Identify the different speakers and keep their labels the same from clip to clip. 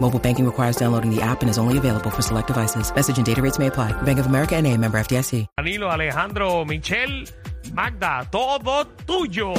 Speaker 1: Mobile banking requires downloading the app and is only available for select devices. Message and data rates may apply. Bank of America and a member FDIC.
Speaker 2: Danilo, Alejandro, Michelle, Magda, todo tuyo.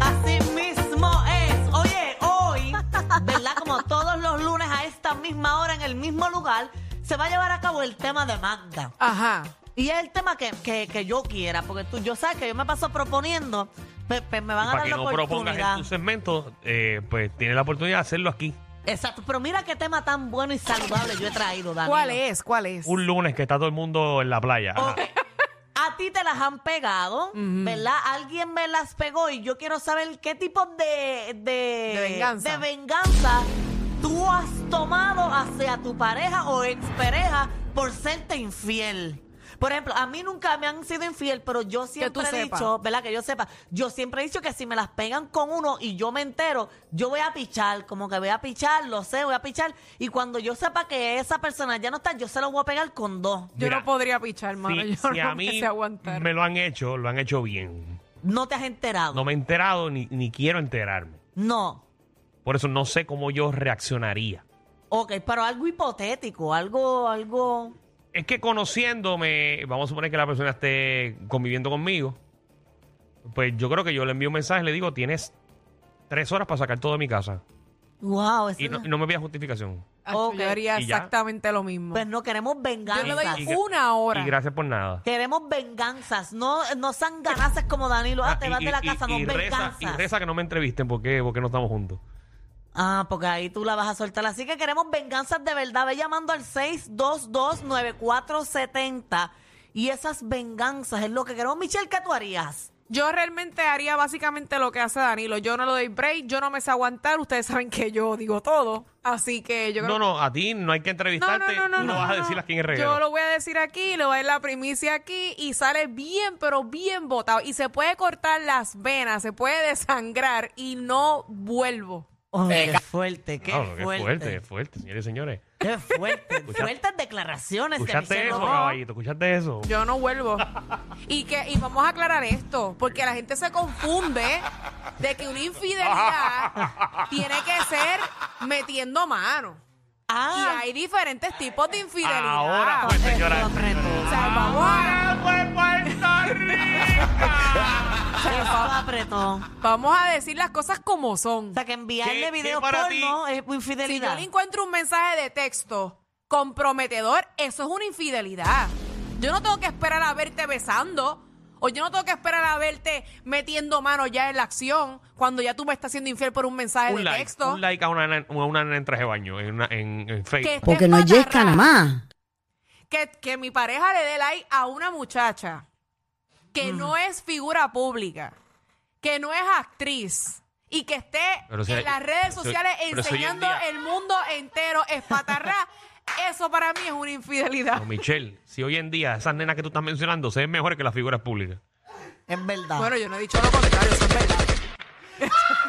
Speaker 3: Así mismo es. Oye, hoy, ¿verdad? Como todos los lunes a esta misma hora, en el mismo lugar, se va a llevar a cabo el tema de Magda.
Speaker 4: Ajá.
Speaker 3: Y es el tema que, que- que yo quiera, porque tú, yo sabes que yo me paso proponiendo, pe- pe- me van a
Speaker 2: Para
Speaker 3: dar
Speaker 2: que
Speaker 3: la
Speaker 2: no propongas en
Speaker 3: oportunidad.
Speaker 2: tu segmento, eh, pues tienes la oportunidad de hacerlo aquí.
Speaker 3: Exacto, pero mira qué tema tan bueno y saludable yo he traído, Dani.
Speaker 4: ¿Cuál es? ¿Cuál es?
Speaker 2: Un lunes que está todo el mundo en la playa.
Speaker 4: Oh,
Speaker 2: Ajá.
Speaker 3: A ti te las han pegado, ¿verdad? Alguien me las pegó y yo quiero saber qué tipo de, de,
Speaker 4: De venganza.
Speaker 3: de venganza tú has tomado hacia tu pareja o expareja por serte infiel. Por ejemplo, a mí nunca me han sido infiel, pero yo siempre
Speaker 4: tú
Speaker 3: he
Speaker 4: sepas.
Speaker 3: dicho, ¿verdad? Que yo sepa, yo siempre he dicho que si me las pegan con uno y yo me entero, yo voy a pichar, como que voy a pichar, lo sé, voy a pichar. Y cuando yo sepa que esa persona ya no está, yo se lo voy a pegar con dos.
Speaker 4: Yo
Speaker 2: Mira,
Speaker 4: no podría pichar, mano.
Speaker 2: Si,
Speaker 4: yo
Speaker 2: si
Speaker 4: no
Speaker 2: a mí
Speaker 4: sé aguantar.
Speaker 2: me lo han hecho, lo han hecho bien.
Speaker 3: No te has enterado.
Speaker 2: No me he enterado ni, ni quiero enterarme.
Speaker 3: No.
Speaker 2: Por eso no sé cómo yo reaccionaría.
Speaker 3: Ok, pero algo hipotético, algo, algo.
Speaker 2: Es que conociéndome, vamos a suponer que la persona esté conviviendo conmigo, pues yo creo que yo le envío un mensaje, le digo, tienes tres horas para sacar todo de mi casa.
Speaker 3: Wow, eso
Speaker 2: Y no,
Speaker 3: no-
Speaker 2: y no me pida justificación.
Speaker 4: Acho,
Speaker 3: Ok.
Speaker 4: Ah, Yo haría
Speaker 2: Y ya.
Speaker 4: exactamente lo mismo.
Speaker 3: Pues no queremos
Speaker 4: yo le
Speaker 3: venganzas.
Speaker 4: doy
Speaker 2: Y- y-
Speaker 4: una hora.
Speaker 2: Y gracias por nada.
Speaker 3: Queremos venganzas, no, no sanganaces como Danilo. Ah,
Speaker 2: Ah,
Speaker 3: te vas de la casa, no
Speaker 2: y reza,
Speaker 3: venganzas.
Speaker 2: y reza que no me entrevisten porque, porque no estamos juntos.
Speaker 3: Ah, porque ahí tú la vas a soltar. Así que queremos venganzas de verdad. Ve llamando al 6229470. Y esas venganzas es lo que queremos. Michelle, ¿qué tú harías?
Speaker 4: Yo realmente haría básicamente lo que hace Danilo. Yo no le doy break, yo no me sé aguantar. Ustedes saben que yo digo todo. Así que yo creo
Speaker 2: No, no, a ti no hay que entrevistarte. tú no, vas a decir a quién es reguero.
Speaker 4: Yo lo voy a decir aquí, lo voy a dar la primicia aquí y sale bien, pero bien botado. Y se puede cortar las venas, se puede desangrar y no vuelvo.
Speaker 3: Oh, qué fuerte, qué
Speaker 2: Ah,
Speaker 3: fuerte.
Speaker 2: qué fuerte, qué fuerte, señores y señores.
Speaker 3: Qué fuerte.
Speaker 2: Escucha-
Speaker 3: Fuertes declaraciones. de
Speaker 2: Escuchaste
Speaker 3: Michelle
Speaker 2: eso,
Speaker 3: Rojo.
Speaker 2: caballito, escuchaste eso. Ah,
Speaker 4: Yo no vuelvo. Y que y vamos a aclarar esto, porque la gente se confunde de que una infidelidad tiene que ser metiendo mano. Y
Speaker 3: Ah,
Speaker 4: hay diferentes tipos de infidelidad.
Speaker 2: Ahora, pues, señora. Ah,
Speaker 3: Correcto, correcto.
Speaker 4: O sea, vamos a,
Speaker 3: Eso apretó.
Speaker 4: vamos a decir las cosas como son.
Speaker 3: O sea, que
Speaker 2: ¿Qué- qué
Speaker 3: enviarle videos
Speaker 2: para
Speaker 3: porno es
Speaker 4: Si yo
Speaker 3: infidelidad.
Speaker 4: le encuentro un mensaje de texto comprometedor, eso es una infidelidad. Yo no tengo que esperar a verte besando. O yo no tengo que esperar a verte metiendo mano ya en la acción cuando ya tú me estás siendo infiel por un mensaje de
Speaker 2: un like,
Speaker 4: texto.
Speaker 2: un like a una, nena- a una nena en traje de baño en, una- en, en
Speaker 4: Que estés
Speaker 2: Facebook.
Speaker 5: Porque no
Speaker 4: patarra,
Speaker 5: yesca nada más.
Speaker 4: Que, que mi pareja le dé like a una muchacha que
Speaker 2: Mm.
Speaker 4: no es figura pública, que no es actriz y que esté
Speaker 2: Pero si
Speaker 4: en
Speaker 2: hay-
Speaker 4: las redes
Speaker 2: pero si-
Speaker 4: sociales
Speaker 2: pero si hoy en
Speaker 4: enseñando
Speaker 2: día-
Speaker 4: el mundo entero espatarrá. Eso para mí es una infidelidad.
Speaker 2: No, Michelle, si hoy en día esas nenas que tú estás mencionando se ven mejores que las figuras públicas.
Speaker 3: Es verdad.
Speaker 4: Bueno, yo no he dicho lo contrario, eso es verdad.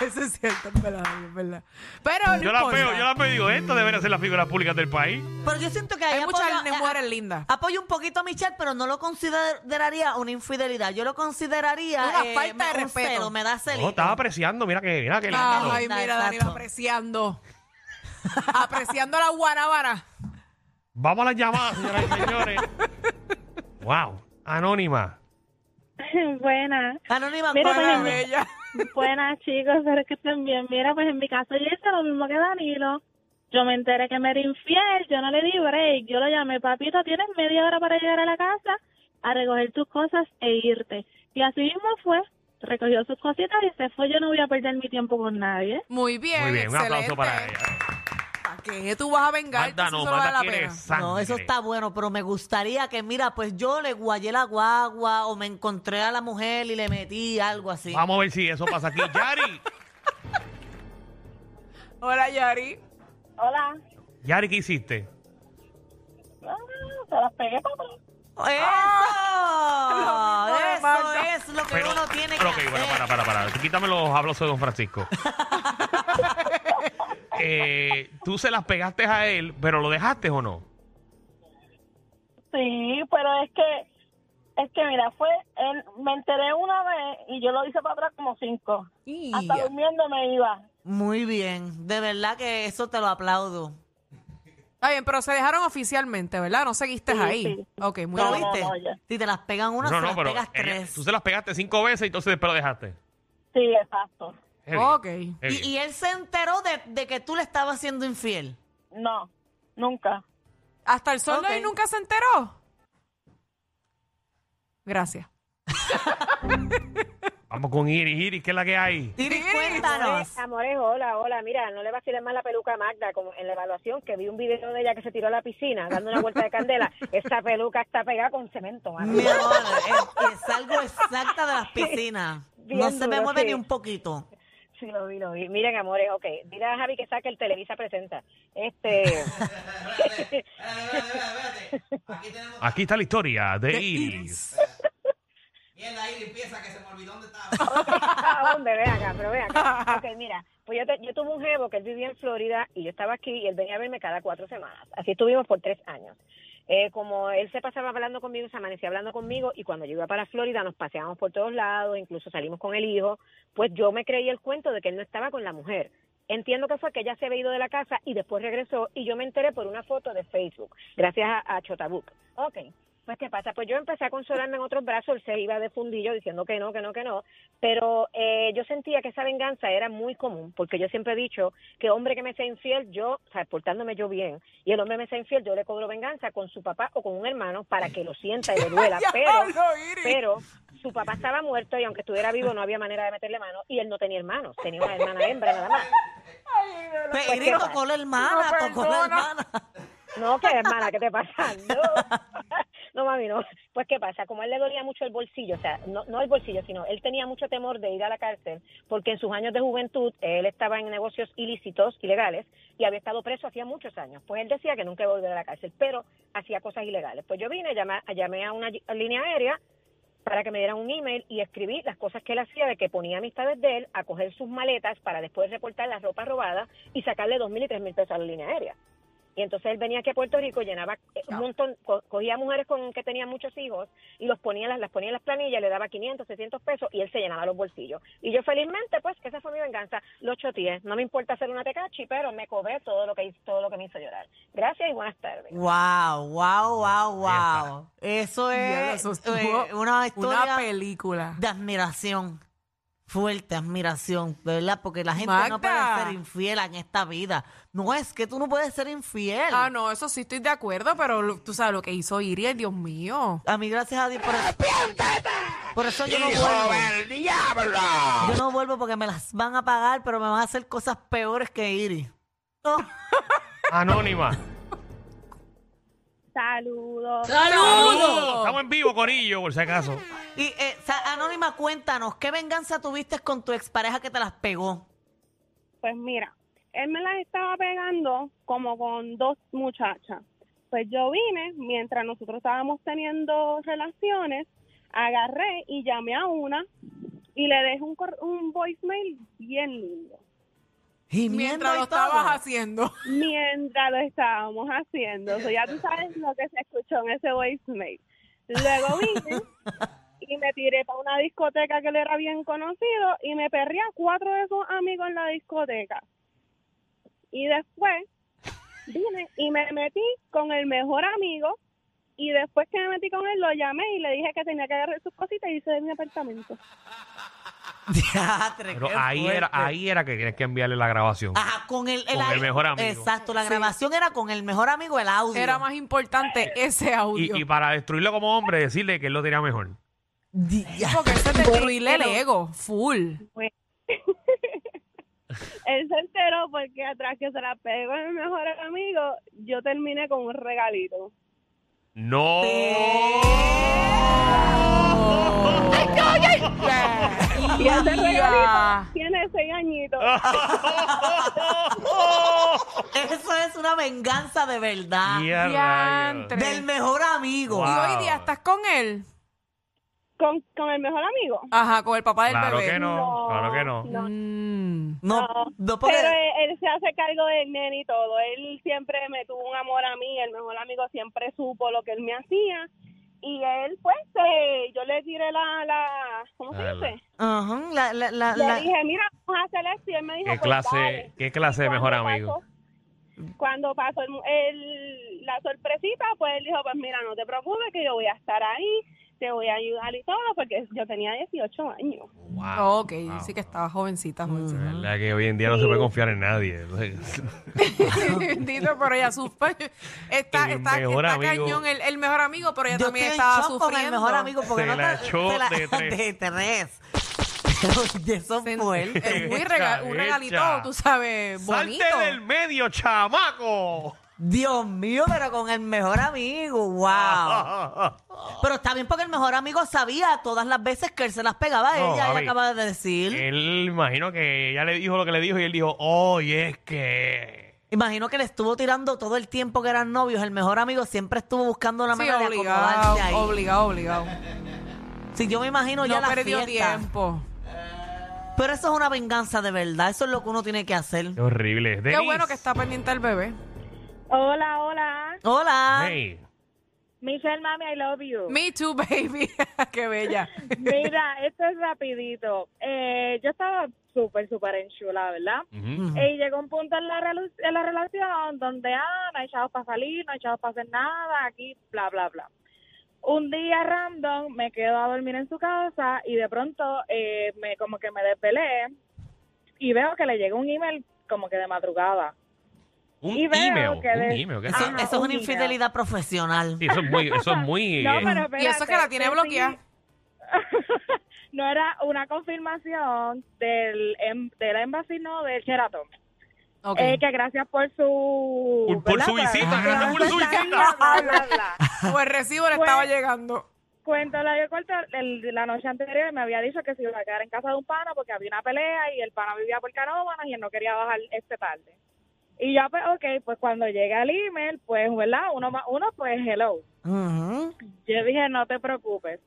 Speaker 4: eso es cierto, es verdad, es verdad. Pero no
Speaker 2: Yo la
Speaker 4: importa.
Speaker 2: veo, yo la veo y digo, esto deberían ser las figuras públicas del país.
Speaker 3: pero yo siento que ahí
Speaker 4: Hay muchas
Speaker 3: apoyo, eh,
Speaker 4: mujeres lindas.
Speaker 3: apoyo un poquito a Michelle, pero no lo consideraría una infidelidad. Yo lo consideraría
Speaker 4: Una
Speaker 3: eh,
Speaker 4: falta de
Speaker 3: un
Speaker 4: respeto.
Speaker 3: celo, me da
Speaker 2: No,
Speaker 3: celito.
Speaker 2: Oh, estaba apreciando, mira que, mira que lindo.
Speaker 4: Ay,
Speaker 3: Linda,
Speaker 4: mira,
Speaker 3: exacto.
Speaker 4: Danilo apreciando. apreciando la guanábana.
Speaker 2: Vamos a las llamadas, señoras y señores. wow, anónima.
Speaker 6: Buenas,
Speaker 3: Anónima, eh, ¿cuál
Speaker 6: Mira, pues,
Speaker 3: es?
Speaker 6: en-
Speaker 4: Bella.
Speaker 6: buenas chicos, pero que estén bien. Mira, pues en mi caso yo hice lo mismo que Danilo. Yo me enteré que me era infiel, yo no le di break. Yo lo llamé, papito, tienes media hora para llegar a la casa a recoger tus cosas e irte.
Speaker 7: Y así mismo fue. Recogió sus cositas y se fue. Yo no voy a perder mi tiempo con nadie.
Speaker 4: Muy bien.
Speaker 2: Muy bien, un aplauso
Speaker 4: excelente.
Speaker 2: para ella.
Speaker 4: ¿Para qué tú vas a vengar?
Speaker 2: Magda no, Magda quiere sangre.
Speaker 3: No, eso está bueno, pero me gustaría que, mira, pues yo le guayé la guagua o me encontré a la mujer y le metí algo así.
Speaker 2: Vamos a ver si eso pasa aquí. Yari,
Speaker 4: Hola, Yari.
Speaker 7: Hola.
Speaker 2: Yari, ¿qué hiciste?
Speaker 7: Ah, se las pegué, papá.
Speaker 3: ¡Eso!
Speaker 4: Ah, Lo mismo de
Speaker 3: eso
Speaker 4: Magda.
Speaker 3: es lo que uno tiene
Speaker 2: pero
Speaker 3: que
Speaker 2: ok, bueno,
Speaker 3: hacer.
Speaker 2: para, para, para. Tú Quítame los hablos de Don Francisco. Eh, tú se las pegaste a él, pero lo dejaste o no?
Speaker 7: Sí, pero es que, es que mira, fue, él, me enteré una vez y yo lo hice para atrás como cinco. Hasta
Speaker 4: Ya.
Speaker 7: durmiendo me iba.
Speaker 3: Muy bien, de verdad que eso te lo aplaudo.
Speaker 4: Está bien, pero se dejaron oficialmente, ¿verdad? No seguiste
Speaker 7: Sí,
Speaker 4: ahí.
Speaker 7: sí.
Speaker 4: Ok, muy
Speaker 3: ¿Pero
Speaker 4: bien.
Speaker 7: no,
Speaker 3: viste?
Speaker 7: no, ya.
Speaker 3: si te las pegan una,
Speaker 2: no,
Speaker 3: se
Speaker 2: no,
Speaker 3: las
Speaker 2: pero
Speaker 3: pegas
Speaker 2: ella-
Speaker 3: tres.
Speaker 2: tú se las pegaste cinco veces y entonces después lo dejaste.
Speaker 7: Sí, exacto.
Speaker 2: Heavy,
Speaker 4: Ok.
Speaker 2: heavy.
Speaker 3: Y, y él se enteró de, de que tú le estabas siendo infiel.
Speaker 7: No, nunca.
Speaker 4: Hasta el sol de hoy
Speaker 3: Ok.
Speaker 4: nunca se enteró. Gracias.
Speaker 2: Vamos con Iris, Iris, ¿qué es la que hay?
Speaker 3: Iris,
Speaker 4: Iris,
Speaker 3: cuéntanos.
Speaker 6: Amores, hola, hola. Mira, no le va a tirar más la peluca a Magda como en la evaluación, que vi un video de ella que se tiró a la piscina dando una vuelta de candela. Esa peluca está pegada con cemento, mano.
Speaker 3: Mi amor, es, es algo exacta de las piscinas.
Speaker 6: Bien
Speaker 3: no se me
Speaker 6: duro,
Speaker 3: mueve
Speaker 6: sí.
Speaker 3: ni un poquito.
Speaker 6: Sí, lo vi, lo vi. Miren, amores, ok. Dile a Javi que saque el Televisa Presenta. Este...
Speaker 2: Aquí está la historia de Iris.
Speaker 6: ¿A dónde? Ve acá, pero ve acá. Ok, mira, pues yo, te- yo tuve un jevo que él vivía en Florida y yo estaba aquí y él venía a verme cada cuatro semanas. Así estuvimos por tres años. Eh, como él se pasaba hablando conmigo, se amanecía hablando conmigo y cuando yo iba para Florida nos paseábamos por todos lados, incluso salimos con el hijo, pues yo me creí el cuento de que él no estaba con la mujer. Entiendo que fue que ella se había ido de la casa y después regresó y yo me enteré por una foto de Facebook, gracias a, a Chotabook. Ok, pues ¿qué pasa? Pues yo empecé a consolarme en otros brazos, él se iba de fundillo diciendo que no, que no, que no, pero eh, yo sentía que esa venganza era muy común, porque yo siempre he dicho que hombre que me sea infiel, yo, o sea, portándome yo bien, y el hombre me sea infiel, yo le cobro venganza con su papá o con un hermano para que lo sienta y le duela,
Speaker 4: Ya
Speaker 6: pero
Speaker 4: hablo, Iris.
Speaker 6: pero su papá estaba muerto y aunque estuviera vivo no había manera de meterle mano y él no tenía hermanos, tenía una hermana hembra nada más.
Speaker 3: Pero Iris
Speaker 6: ¿qué
Speaker 3: tocó
Speaker 6: pasa?
Speaker 3: la hermana,
Speaker 4: Una
Speaker 3: tocó la
Speaker 4: persona.
Speaker 3: hermana.
Speaker 6: No, que hermana, ¿qué te pasa? No. no, mami, no. Pues, ¿qué pasa? Como a él le dolía mucho el bolsillo, o sea, no, no el bolsillo, sino él tenía mucho temor de ir a la cárcel porque en sus años de juventud él estaba en negocios ilícitos, ilegales, y había estado preso hacía muchos años. Pues él decía que nunca iba a volver a la cárcel, pero hacía cosas ilegales. Pues yo vine, llamé, llamé a una línea aérea para que me dieran un email y escribí las cosas que él hacía de que ponía amistades de él a coger sus maletas para después reportar la ropa robada y sacarle dos mil y tres mil pesos a la línea aérea. Y entonces él venía aquí a Puerto Rico, llenaba eh, un montón, co- cogía mujeres con que tenían muchos hijos y los ponía, en las, las ponía en las planillas, le daba 500, 600 pesos y él se llenaba los bolsillos. Y yo felizmente, pues, esa fue mi venganza, los choteé. No me importa hacer una tecachi, pero me cobré todo lo que hizo, todo lo que me hizo llorar. Gracias y buenas tardes.
Speaker 3: Wow, wow, wow, wow. Eso
Speaker 4: Diablo,
Speaker 3: es
Speaker 4: eso estuvo
Speaker 3: eh, una historia
Speaker 4: una película.
Speaker 3: de admiración. Fuerte admiración, de ¿verdad? Porque la gente no
Speaker 4: Magda.
Speaker 3: puede ser infiel en esta vida. No es que tú no puedes ser infiel.
Speaker 4: Ah, no, eso sí estoy de acuerdo, pero lo- tú sabes lo que hizo Iris, Dios mío.
Speaker 3: A mí, gracias a Dios por eso. Por eso yo no vuelvo. Yo no vuelvo porque me las van a pagar, pero me van a hacer cosas peores que Iris. No.
Speaker 2: Anónima.
Speaker 7: Saludos.
Speaker 2: Estamos en vivo, Corillo, por si acaso.
Speaker 3: Y, eh, o sea, Anónima, cuéntanos, ¿qué venganza tuviste con tu expareja que te las pegó?
Speaker 7: Pues mira, él me las estaba pegando como con dos muchachas. Pues yo vine, mientras nosotros estábamos teniendo relaciones, agarré y llamé a una y le dejé un, cor- un voicemail bien lindo.
Speaker 4: Mientras lo
Speaker 3: y todo.
Speaker 4: estabas haciendo.
Speaker 7: Mientras lo estábamos haciendo. O sea, ya tú sabes lo que se escuchó en ese voicemail. Luego vine y me tiré para una discoteca que le era bien conocido y me perré a cuatro de sus amigos en la discoteca. Y después vine y me metí con el mejor amigo y después que me metí con él lo llamé y le dije que tenía que agarrar sus cositas y irse de mi apartamento.
Speaker 3: Diatre,
Speaker 2: Pero
Speaker 3: qué
Speaker 2: ahí era,
Speaker 3: fuerte. Ah,
Speaker 2: ahí era que tienes que enviarle la grabación.
Speaker 3: Ajá, con el,
Speaker 2: Con el mejor amigo.
Speaker 3: Exacto, la grabación era con el mejor amigo, el audio.
Speaker 4: Era más importante ese
Speaker 2: Eh, Y,
Speaker 4: audio.
Speaker 2: y para destruirlo como hombre, decirle que él lo tenía mejor.
Speaker 3: Di- ya.
Speaker 4: Porque eso es destruirle el ego, full.
Speaker 6: Él se enteró porque atrás que se la pegué con el mejor amigo, yo terminé con un regalito.
Speaker 2: No.
Speaker 6: Y ese
Speaker 4: Ya.
Speaker 6: regalito tiene seis añitos.
Speaker 2: Ah.
Speaker 3: Eso es una venganza de verdad.
Speaker 2: Ya, rayos.
Speaker 4: Diantre.
Speaker 3: Del mejor amigo.
Speaker 4: Y
Speaker 2: Wow.
Speaker 4: hoy día estás con él.
Speaker 6: Con, con el mejor amigo.
Speaker 4: Ajá, con el papá del
Speaker 2: Claro
Speaker 4: bebé.
Speaker 2: que no, claro que no.
Speaker 4: Mm.
Speaker 3: No, no porque-
Speaker 6: Pero él, él se hace cargo del nene y todo. Él siempre me tuvo un amor a mí, el mejor amigo siempre supo lo que él me hacía. Y él, pues, eh, yo le tiré la, la ¿cómo se
Speaker 2: Ah, la-
Speaker 6: dice?
Speaker 3: Ajá, la- la- la-
Speaker 6: Le
Speaker 3: la-
Speaker 6: dije, mira, vamos a hacer esto. Y él me dijo,
Speaker 2: ¿Qué
Speaker 6: pues,
Speaker 2: clase,
Speaker 6: dale.
Speaker 2: qué clase de mejor
Speaker 6: Cuando
Speaker 2: amigo?
Speaker 6: pasó- cuando pasó el, el- la sorpresita, pues él dijo, pues mira, no te preocupes que yo voy a estar ahí, te voy a ayudar y todo, porque yo tenía 18 años.
Speaker 2: Wow.
Speaker 4: Ah,
Speaker 2: Mm,
Speaker 4: ok, sí que estaba jovencita,
Speaker 2: De
Speaker 4: jovencita.
Speaker 2: verdad que hoy en día no se puede confiar en nadie.
Speaker 4: Bendito, pero ella sufre. Está,
Speaker 2: El
Speaker 4: está,
Speaker 2: mejor
Speaker 4: está
Speaker 2: amigo.
Speaker 4: cañón, el, el mejor amigo, pero ella
Speaker 3: Yo
Speaker 4: también
Speaker 3: estoy en
Speaker 4: estaba
Speaker 3: shock con el
Speaker 4: sufriendo.
Speaker 3: mejor amigo porque
Speaker 2: Se
Speaker 3: no
Speaker 2: la
Speaker 3: te-
Speaker 2: echó
Speaker 3: se la-
Speaker 2: de tres.
Speaker 3: de tres. Oye, eso
Speaker 4: Se-
Speaker 3: es fuerte.
Speaker 4: Es muy rega- un
Speaker 2: Hecha,
Speaker 4: regalito,
Speaker 2: hecha.
Speaker 4: tú sabes, bonito.
Speaker 2: ¡Salte del medio, chamaco!
Speaker 3: Dios mío, pero con el mejor amigo, wow. Pero está bien porque el mejor amigo sabía todas las veces que él se las pegaba a
Speaker 2: No, Eh,
Speaker 3: ella, ella
Speaker 2: mami.
Speaker 3: acaba de decir.
Speaker 2: Él, imagino que ya le dijo lo que le dijo y él dijo, oye, es que...
Speaker 3: Imagino que le estuvo tirando todo el tiempo que eran novios. El mejor amigo siempre estuvo buscando la
Speaker 4: Sí,
Speaker 3: manera de acomodarse ahí.
Speaker 4: obligado, obligado, obligado.
Speaker 3: Si yo me imagino
Speaker 4: No,
Speaker 3: ya la
Speaker 4: perdió
Speaker 3: fiesta.
Speaker 4: tiempo.
Speaker 3: Pero eso es una venganza de verdad. Eso es lo que uno tiene que hacer.
Speaker 2: Qué horrible.
Speaker 4: Qué
Speaker 2: Denise.
Speaker 4: bueno que está pendiente el bebé.
Speaker 6: Hola, hola.
Speaker 3: Hola.
Speaker 2: Hey.
Speaker 6: Michelle, mami, I love you.
Speaker 4: Me too, baby. Qué bella.
Speaker 6: Mira, esto es rapidito. Eh, yo estaba súper, súper enchulada, ¿verdad?
Speaker 2: Ujú.
Speaker 6: Y llegó un punto en la, relu- en la relación donde, ah, no hay chavos para salir, no hay chavos para hacer nada, aquí, bla, bla, bla. Un día random me quedo a dormir en su casa y de pronto eh, me como que me desvelé y veo que le llega un email como que de madrugada.
Speaker 2: Un
Speaker 6: Y veo
Speaker 2: email.
Speaker 6: que
Speaker 2: un
Speaker 6: de- Ah.
Speaker 2: email, ¿qué
Speaker 3: Eso,
Speaker 4: Ah,
Speaker 2: tal?
Speaker 6: Ajá,
Speaker 3: eso es
Speaker 6: un
Speaker 3: una
Speaker 6: email.
Speaker 3: infidelidad profesional.
Speaker 2: Sí, eso es muy... Eso es muy
Speaker 6: No,
Speaker 2: eh,
Speaker 6: pero
Speaker 4: Y eso es que la
Speaker 6: espérate,
Speaker 4: tiene
Speaker 6: sí,
Speaker 4: bloqueada.
Speaker 6: no era una confirmación del, em- de la embassy, no, del Sheraton.
Speaker 4: Ok.
Speaker 6: Eh, que gracias por su...
Speaker 2: Por- por
Speaker 6: ¿verdad?
Speaker 2: su visita, gracias por su
Speaker 6: Bla, bla, bla, bla.
Speaker 4: O el recibo le
Speaker 6: Pues-
Speaker 4: estaba llegando.
Speaker 6: Cuento la yo corta, el- la noche anterior me había dicho que se iba a quedar en casa de un pana porque había una pelea y el pana vivía por Canóvanas y él no quería bajar este tarde. Y yo, pues, ok, pues cuando llega el email, pues, ¿verdad? Uno más uno, pues, hello.
Speaker 3: Ujú.
Speaker 6: Yo dije, no te preocupes.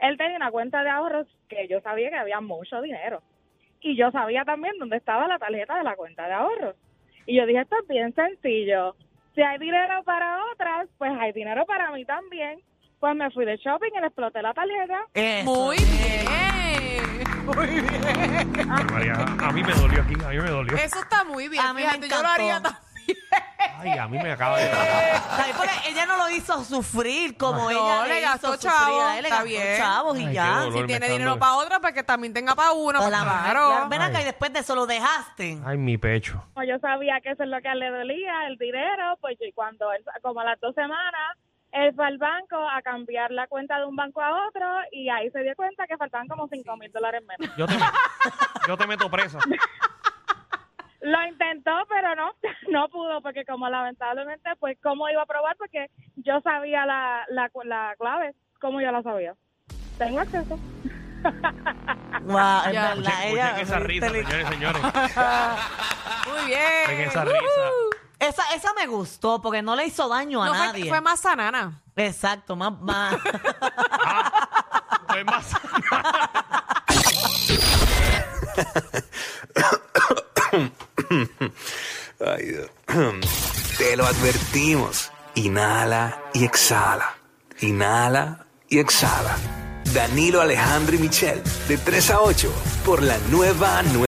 Speaker 6: Él tenía una cuenta de ahorros que yo sabía que había mucho dinero. Y yo sabía también dónde estaba la tarjeta de la cuenta de ahorros. Y yo dije, esto es bien sencillo. Si hay dinero para otras, pues hay dinero para mí también. Pues me fui de shopping y le exploté la tarjeta.
Speaker 3: Eso.
Speaker 4: Muy bien. Muy bien.
Speaker 2: María, a mí me dolió aquí, a mí me dolió.
Speaker 4: Eso está muy bien.
Speaker 3: A mí me
Speaker 4: fíjate, yo lo
Speaker 3: encantó.
Speaker 4: haría también.
Speaker 2: Ay, a mí me acaba de...
Speaker 3: ¿Sabes? Porque ella no lo hizo sufrir como
Speaker 4: No,
Speaker 3: ella
Speaker 4: le
Speaker 3: le,
Speaker 4: gastó
Speaker 3: hizo
Speaker 4: chavos,
Speaker 3: sufrir. a él, le
Speaker 4: está
Speaker 3: gastó
Speaker 4: bien.
Speaker 3: chavos y
Speaker 2: Ay, qué
Speaker 3: ya.
Speaker 2: dolor.
Speaker 4: Si
Speaker 2: me
Speaker 4: tiene
Speaker 2: está
Speaker 4: dinero
Speaker 2: dando-
Speaker 4: para otra, para que también tenga para una.
Speaker 3: Para
Speaker 4: pues
Speaker 3: la mujer, claro.
Speaker 4: claro.
Speaker 3: Ven acá
Speaker 2: Ay.
Speaker 3: y después de eso lo dejaste.
Speaker 2: Ay, mi pecho.
Speaker 6: Como Pues yo sabía que eso es lo que a él le dolía, el dinero, pues yo- y cuando él, como a las dos semanas, él fue al banco a cambiar la cuenta de un banco a otro y ahí se dio cuenta que faltaban como cinco mil dólares menos.
Speaker 2: Yo te, yo te meto presa.
Speaker 6: Lo intentó, pero no, no pudo, porque como lamentablemente, pues, ¿cómo iba a probar? Porque yo sabía la, la, cu- la clave, ¿cómo yo la sabía? Tengo acceso.
Speaker 3: Guau, es
Speaker 4: Ya.
Speaker 3: verdad,
Speaker 2: Escuchen,
Speaker 3: ella-
Speaker 2: escuchen esa risa,
Speaker 3: te-
Speaker 2: señores, señores.
Speaker 4: Muy bien.
Speaker 2: En esa risa.
Speaker 4: Ujú.
Speaker 3: esa, esa me gustó porque no le hizo daño a
Speaker 4: No, fue,
Speaker 3: nadie.
Speaker 4: fue más sanana.
Speaker 3: Exacto, más, más.
Speaker 2: No hay más.
Speaker 8: Ay, Dios. Te lo advertimos. Inhala y exhala. Inhala y exhala. Danilo Alejandro y Michel, de 3 a 8, por la nueva 9.